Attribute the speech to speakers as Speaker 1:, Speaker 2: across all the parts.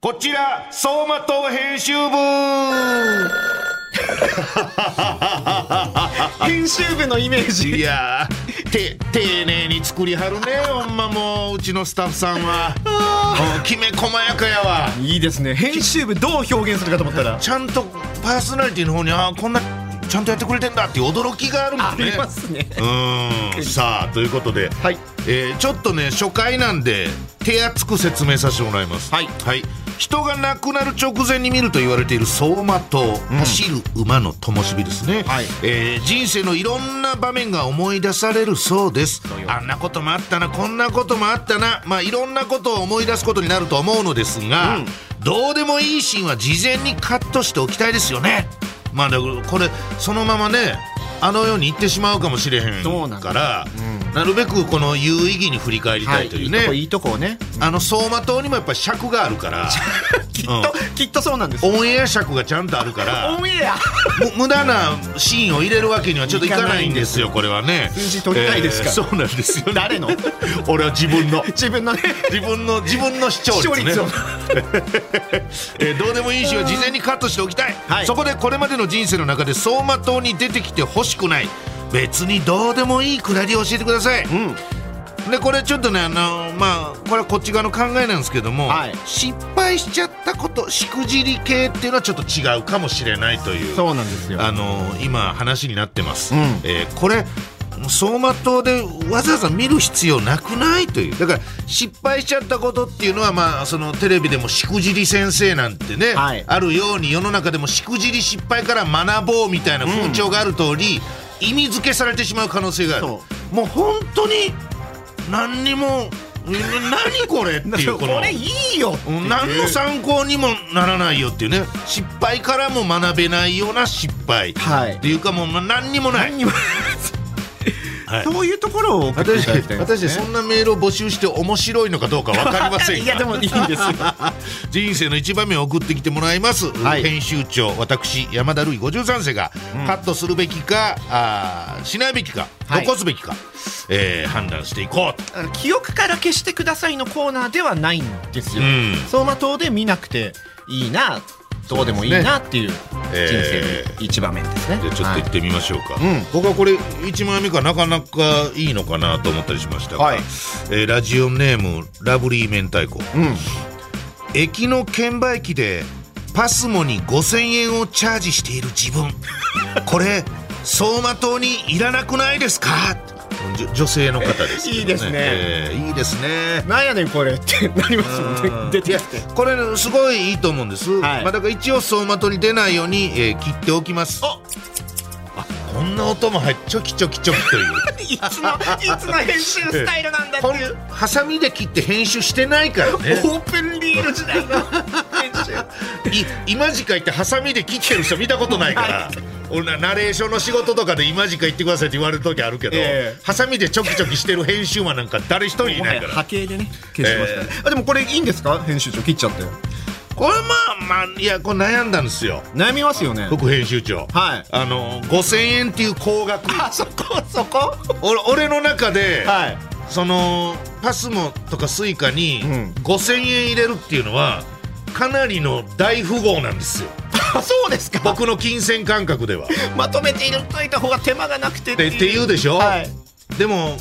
Speaker 1: こちら、相馬党編集部
Speaker 2: 編集部のイメー
Speaker 1: い
Speaker 2: ジ
Speaker 1: やー、て、丁寧に作りはるね、ほんまもう、うちのスタッフさんは。うんきめ細やかやわ。
Speaker 2: いいですね編集部どう表現するかと思ったら
Speaker 1: ちゃんとパーソナリティの方に、ああ、こんな、ちゃんとやってくれてんだっていう驚きがあるもんね。
Speaker 2: すね
Speaker 1: うーん、さあ、ということで、
Speaker 2: はい
Speaker 1: えーちょっとね初回なんで手厚く説明させてもらいます
Speaker 2: はい
Speaker 1: 人が亡くなる直前に見ると言われている走馬灯、走る馬の灯火ですね、
Speaker 2: はい
Speaker 1: えー人生のいろんな場面が思い出されるそうですあんなこともあったなこんなこともあったなまあいろんなことを思い出すことになると思うのですが、どうでもいいシーンは事前にカットしておきたいですよねまあだからこれそのままねあの世に行ってしまうかもしれへん
Speaker 2: そうなんだ
Speaker 1: から、なるべくこの有意義に振り返りたいというね、
Speaker 2: いいとこいいとこをね
Speaker 1: あの走馬灯にもやっぱ尺がある から
Speaker 2: きっと、きっとそうなんです
Speaker 1: オンエア尺がちゃんとあるから
Speaker 2: オンエア
Speaker 1: む無駄なシーンを入れるわけにはちょっといかないんですよこれはね
Speaker 2: 数字取りたいですから
Speaker 1: そうなんですよね
Speaker 2: 誰の
Speaker 1: 俺は自分の
Speaker 2: 自分のね
Speaker 1: 自分の自分の視聴率ね
Speaker 2: 視聴率を
Speaker 1: えーどうでもいいしは事前にカットしておきたい、
Speaker 2: はい
Speaker 1: そこでこれまでの人生の中で走馬灯に出てきてほしくない別にどうでもいいくだりを教えてください、
Speaker 2: ん
Speaker 1: でこれちょっとねあのまあこれはこっち側の考えなんですけども、
Speaker 2: はい
Speaker 1: 失敗しちゃったことしくじり系っていうのはちょっと違うかもしれないという
Speaker 2: そうなんですよ
Speaker 1: あのー今話になってます、
Speaker 2: うん
Speaker 1: えーこれ走馬灯でわざわざ見る必要なくないというだから失敗しちゃったことっていうのは、まあ、そのテレビでもしくじり先生なんてね、
Speaker 2: はい
Speaker 1: あるように世の中でもしくじり失敗から学ぼうみたいな風潮がある通り、意味付けされてしまう可能性がある
Speaker 2: そ
Speaker 1: もう本当に何にもえ何これっていうこの
Speaker 2: これいいよ
Speaker 1: 何の参考にもならないよっていうね失敗からも学べないような失敗、
Speaker 2: はい
Speaker 1: っていうかもうま何にもない、
Speaker 2: にも
Speaker 1: はい
Speaker 2: そういうところを送ってい
Speaker 1: 私
Speaker 2: ただきたい
Speaker 1: 私そんなメールを募集して面白いのかどうか分かりませんが
Speaker 2: いやでもいいんですよ
Speaker 1: 人生の一場面を送ってきてもらいます、
Speaker 2: はい
Speaker 1: 編集長私山田るい53世がカットするべきか、あーしないべきか
Speaker 2: はい
Speaker 1: 残すべきか、えー判断していこうと、
Speaker 2: 記憶から消してくださいのコーナーではないんですよ、
Speaker 1: うん
Speaker 2: 走馬灯で見なくていいなどうでもいいなっていう人
Speaker 1: え
Speaker 2: 生の一場面ですね、
Speaker 1: じゃあちょっと行
Speaker 2: はい
Speaker 1: ってみましょうか、
Speaker 2: うん
Speaker 1: 僕はこれ1枚目かなかなかいいのかなと思ったりしましたが、
Speaker 2: はい
Speaker 1: えーラジオネームラブリー明太子
Speaker 2: うん
Speaker 1: 駅の券売機でパスモに5000円をチャージしている自 分これ走馬灯にいらなくないですかじょ女性の方ですけど、
Speaker 2: いいですね
Speaker 1: えーいいですね
Speaker 2: なんやねんこれって なりますもん
Speaker 1: うん
Speaker 2: ね出てき
Speaker 1: い
Speaker 2: て
Speaker 1: やこれねすごいいいと思うんです、
Speaker 2: はい
Speaker 1: まあ、だから一応走馬灯に出ないように、えー切っておきますあこんな音も入ってチョキチョキチョキという
Speaker 2: いつのいつの編集スタイルなんだって
Speaker 1: ほん
Speaker 2: いう
Speaker 1: ハサミで切って編集してないから
Speaker 2: オ
Speaker 1: ね
Speaker 2: ープンリール時代の編 集
Speaker 1: い今時行ってハサミで切ってる人見たことない から俺らナレーションの仕事とかで今時行ってくださいって言われる時あるけど、
Speaker 2: ええ
Speaker 1: ハサミでチョキチョキしてる編集マンなんか誰一人いないから
Speaker 2: 波形でね消しましたね、あでもこれいいんですか編集長切っちゃって
Speaker 1: これまあまあいやこれ悩んだんですよ
Speaker 2: 悩みますよね
Speaker 1: 副編集長
Speaker 2: はい
Speaker 1: あの5000円っていう高額
Speaker 2: あそこそこ
Speaker 1: 俺俺の中で、
Speaker 2: はい
Speaker 1: そのパスモとかスイカに
Speaker 2: うん
Speaker 1: 5000円入れるっていうのはかなりの大富豪なんですよ
Speaker 2: あそうですか
Speaker 1: 僕の金銭感覚では。っ
Speaker 2: まとめて入れといた方が手間がなくてって
Speaker 1: て
Speaker 2: い
Speaker 1: っ
Speaker 2: う
Speaker 1: て言うでしょ、
Speaker 2: はい
Speaker 1: でも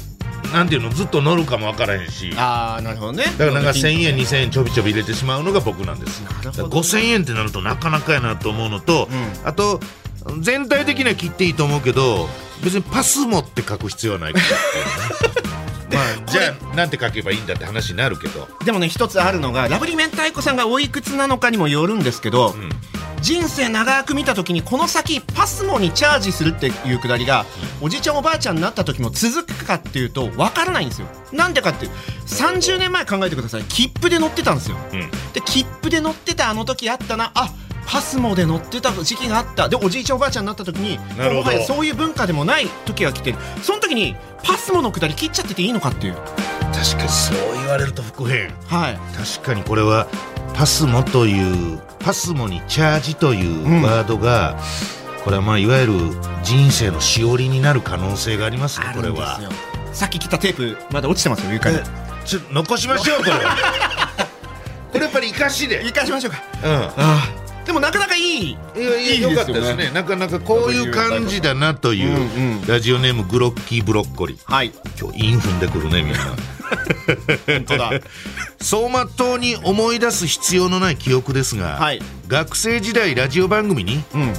Speaker 1: なんていうのずっと乗るかもわからへんしだ
Speaker 2: ああなるほどね
Speaker 1: からなんか1,000円2,000円ちょびちょび入れてしまうのが僕なんです
Speaker 2: なるほどね
Speaker 1: だから5,000円ってなるとなかなかやなと思うのと、
Speaker 2: うん
Speaker 1: あと全体的には切っていいと思うけど別にパスモって書く必要 はないからっていうねまあじゃあなんて書けばいいんだって話になるけど、
Speaker 2: でもね一つあるのがラブリーメンタイコさんがおいくつなのかにもよるんですけど、
Speaker 1: うん
Speaker 2: 人生長く見た時にこの先パスモにチャージするっていうくだりがおじいちゃんおばあちゃんになった時も続くかっていうと分からないんですよなんでかっていう30年前考えてください切符で乗ってたんですよ
Speaker 1: うん
Speaker 2: で切符で乗ってたあの時あったなあパスモで乗ってた時期があったでおじいちゃんおばあちゃんになった時に
Speaker 1: なるほど
Speaker 2: もはやそういう文化でもない時が来てるその時にパスモのくだり切っちゃってていいのかっていう
Speaker 1: 確かにそう言われると副編
Speaker 2: はい
Speaker 1: 確かにこれはパスモというパスモにチャージという
Speaker 2: うん
Speaker 1: ワードが、これはまあいわゆる人生のしおりになる可能性がありますね
Speaker 2: あ
Speaker 1: こ
Speaker 2: る
Speaker 1: れ
Speaker 2: んで
Speaker 1: は
Speaker 2: すよさっき切ったテープまだ落ちてますよ床に
Speaker 1: えちょっと残しましょうこれはこれやっぱり生かしで、うん
Speaker 2: 一回しましょうかああでもなかなかいい
Speaker 1: いやいや
Speaker 2: いいですよね
Speaker 1: よかったですねなかなかこういう感じだなという、
Speaker 2: うんうん
Speaker 1: ラジオネームグロッキーブロッコリー
Speaker 2: はい
Speaker 1: 今日イン踏んでくるねみんな
Speaker 2: 本 当だ
Speaker 1: 走馬灯に思い出す必要のない記憶ですが、
Speaker 2: はい
Speaker 1: 学生時代ラジオ番組に
Speaker 2: うん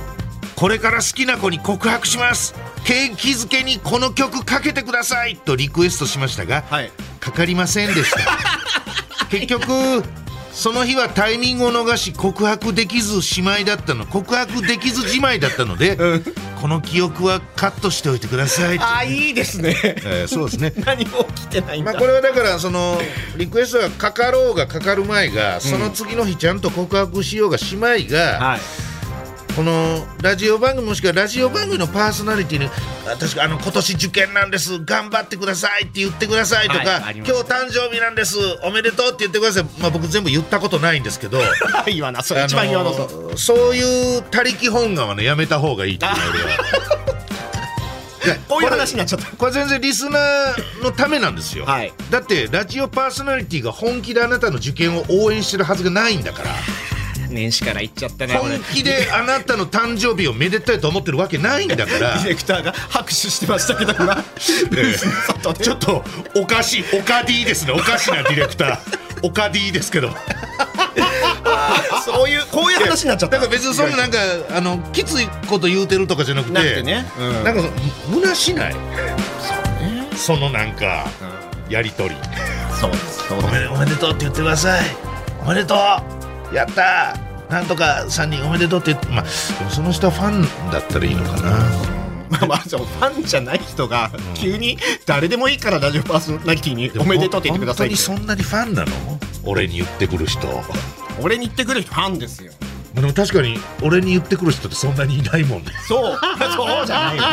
Speaker 1: これから好きな子に告白します景気づけにこの曲かけてくださいとリクエストしましたが、
Speaker 2: はい
Speaker 1: かかりませんでした結局その日はタイミングを逃し告白できずしまいだったの告白できずじまいだったので、
Speaker 2: ん
Speaker 1: この記憶はカットしておいてください、
Speaker 2: ああいいですね
Speaker 1: えーそうですね
Speaker 2: 何も起きてないん
Speaker 1: ま
Speaker 2: だ、
Speaker 1: あこれはだからそのリクエストがかかろうがかかる前がその次の日ちゃんと告白しようがしまいが、
Speaker 2: はい
Speaker 1: このラジオ番組もしくはラジオ番組のパーソナリティにあ確かあの今年受験なんです頑張ってくださいって言ってくださいとか、
Speaker 2: はいあり
Speaker 1: 今
Speaker 2: ま
Speaker 1: 日
Speaker 2: す
Speaker 1: 誕生日なんですおめでとうって言ってください、まあ、僕全部言ったことないんですけど
Speaker 2: 言わな
Speaker 1: あ
Speaker 2: それ
Speaker 1: の
Speaker 2: 一番言わなそう
Speaker 1: そういう他力本願はねやめた方がいいと思う俺はいや
Speaker 2: こういう話になっちゃった
Speaker 1: これ全然リスナーのためなんですよ、
Speaker 2: はい
Speaker 1: だってラジオパーソナリティが本気であなたの受験を応援してるはずがないんだから
Speaker 2: 年始から言っちゃったねこれ
Speaker 1: 本気であなたの誕生日をめでたいと思ってるわけないんだか
Speaker 2: デ
Speaker 1: ら
Speaker 2: ィレクターが拍手してましたけど今外 で
Speaker 1: ちょっとおかしいおかディですねおかしなディレクタ ーおかディですけど
Speaker 2: そういうこういう話になっちゃった
Speaker 1: だから別にそのなんかあのきついこと言うてるとかじゃなくて
Speaker 2: なくてねうん
Speaker 1: なんかむ虚しないそのなんかやり取り
Speaker 2: そうですそう
Speaker 1: おめでおめでとうって言ってくださいおめでとうやったーなんとか3人おめでとうって言ってまあでもその人はファンだったらいいのかな
Speaker 2: まあまあじゃあファンじゃない人が急に誰でもいいからラジオパーソナリティにおめでとうって言ってくださいって
Speaker 1: 本当にそんなにファンなの俺に言ってくる人
Speaker 2: 俺に言ってくる人ファンですよ
Speaker 1: まあでも確かに俺に言ってくる人ってそんなにいないもんね、
Speaker 2: そうそうじゃないよ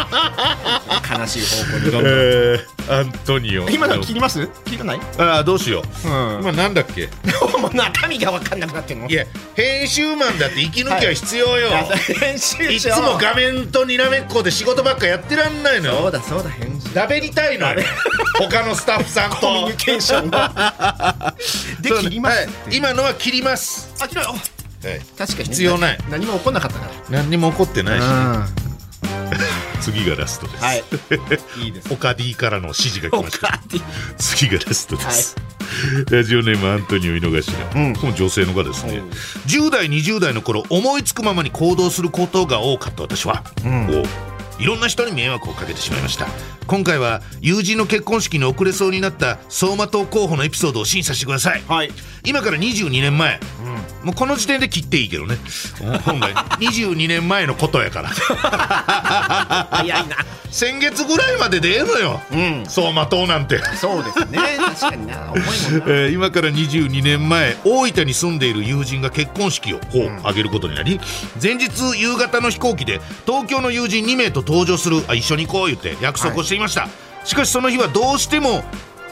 Speaker 2: 悲しい方向にどんどん
Speaker 1: えアントニオ
Speaker 2: 今の切ります切らない
Speaker 1: ああどうしよう、
Speaker 2: うん
Speaker 1: 今なんだっけ
Speaker 2: もう中身が分かんなくなってるの
Speaker 1: いや編集マンだって息抜きは必要よ、
Speaker 2: いや編集長
Speaker 1: い、つも画面とにらめっこで仕事ばっかやってらんないの
Speaker 2: そう
Speaker 1: よ
Speaker 2: だそうだ編集
Speaker 1: だべりたいのよ他のスタッフさんと
Speaker 2: コミュニケーションがで
Speaker 1: そう
Speaker 2: 切ります
Speaker 1: はい今のは切ります、
Speaker 2: あ切ろよ
Speaker 1: はい、
Speaker 2: 確かにね
Speaker 1: 必要ない
Speaker 2: 何も起こんなかったか
Speaker 1: 何にも起こってないしね、
Speaker 2: ら
Speaker 1: 次がラストです、
Speaker 2: はいいいです
Speaker 1: オカディからの指示が来
Speaker 2: お
Speaker 1: ました
Speaker 2: かって
Speaker 1: 次がラストです、ラジオネームアントニオ猪頭、
Speaker 2: うん
Speaker 1: この女性の方ですね、10代20代の頃思いつくままに行動することが多かった私は、
Speaker 2: ん
Speaker 1: おういろんな人に迷惑をかけてしまいました今回は友人の結婚式に遅れそうになった走馬灯候補のエピソードを審査してください
Speaker 2: はい
Speaker 1: 今から22年前、もうこの時点で切っていいけどね本来22年前のことや から
Speaker 2: 早いな
Speaker 1: 先月ぐらいまででええのよ、
Speaker 2: うん
Speaker 1: 走馬灯なんて
Speaker 2: そうですね確かにな重いもんな
Speaker 1: えー今から22年前大分に住んでいる友人が結婚式をほう挙げることになり前日夕方の飛行機で東京の友人2名と登場するあ一緒に行こう言って約束をしていました、しかしその日はどうしても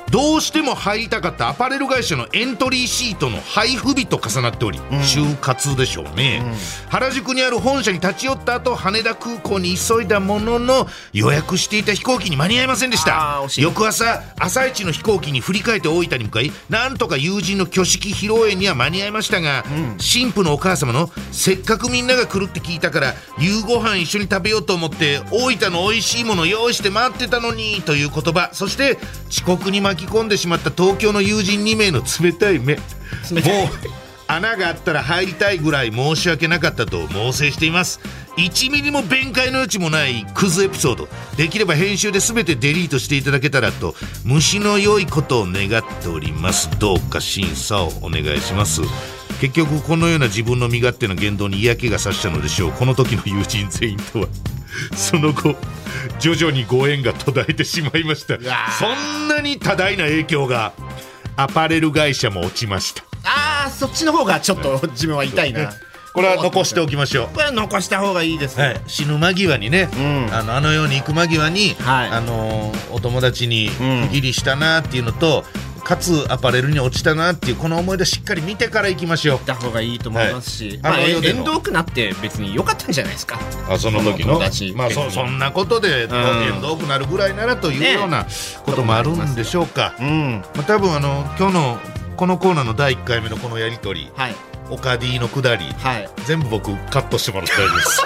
Speaker 1: どうしても入りたかったアパレル会社のエントリーシートの配布日と重なっており、就活でしょうね、原宿にある本社に立ち寄った後羽田空港に急いだものの予約していた飛行機に間に合いませんでした
Speaker 2: あー惜しい
Speaker 1: 翌朝朝一の飛行機に振り替えて大分に向かいなんとか友人の挙式披露宴には間に合いましたが、新婦のお母様の「せっかくみんなが来るって聞いたから夕ご飯一緒に食べようと思って大分の美味しいもの用意して待ってたのに」という言葉そして遅刻に巻き込んでしまった東京の友人2名の冷たい目
Speaker 2: 冷たい
Speaker 1: もう穴があったら入りたいぐらい申し訳なかったと猛省しています1ミリも弁解の余地もないクズエピソードできれば編集で全てデリートしていただけたらと虫の良いことを願っておりますどうか審査をお願いします結局このような自分の身勝手な言動に嫌気がさしたのでしょうこの時の友人全員とはその後徐々にご縁が途絶えてしまいました
Speaker 2: うわ
Speaker 1: そんなに多大な影響がアパレル会社も落ちました
Speaker 2: あーそっちの方がちょっと自分は痛い な
Speaker 1: これは残しておきましょ
Speaker 2: これは残した方がいいです
Speaker 1: う、はい、死ぬ間際にね、
Speaker 2: うん
Speaker 1: あのあの世に行く間際に、
Speaker 2: はい
Speaker 1: あのーお友達に
Speaker 2: ん
Speaker 1: 不義理したなっていうのと、かつアパレルに落ちたなっていうこの思い出しっかり見てから行きましょう
Speaker 2: た方がいいと思いますし、
Speaker 1: はい
Speaker 2: まあ、
Speaker 1: あの世での
Speaker 2: 遠遠遠くなって別に良かったんじゃないですか
Speaker 1: あその時
Speaker 2: 友
Speaker 1: の
Speaker 2: 達
Speaker 1: まあ、そそんなことで遠遠くなるぐらいならというようなこともあるんでしょうか、
Speaker 2: うん
Speaker 1: まあ、多分あの今日のこのコーナーの第1回目のこのやり取り
Speaker 2: はい
Speaker 1: オカディのくだり
Speaker 2: はい
Speaker 1: 全部僕カットしてもらって大丈夫 です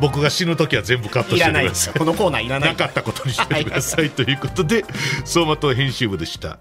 Speaker 1: 僕が死ぬ時は全部カットし
Speaker 2: い
Speaker 1: て
Speaker 2: ら
Speaker 1: く
Speaker 2: ないで
Speaker 1: だ
Speaker 2: す
Speaker 1: さ
Speaker 2: よこのコーナーいら
Speaker 1: い
Speaker 2: な
Speaker 1: ないかったことにしてくださいということで相馬と編集部でした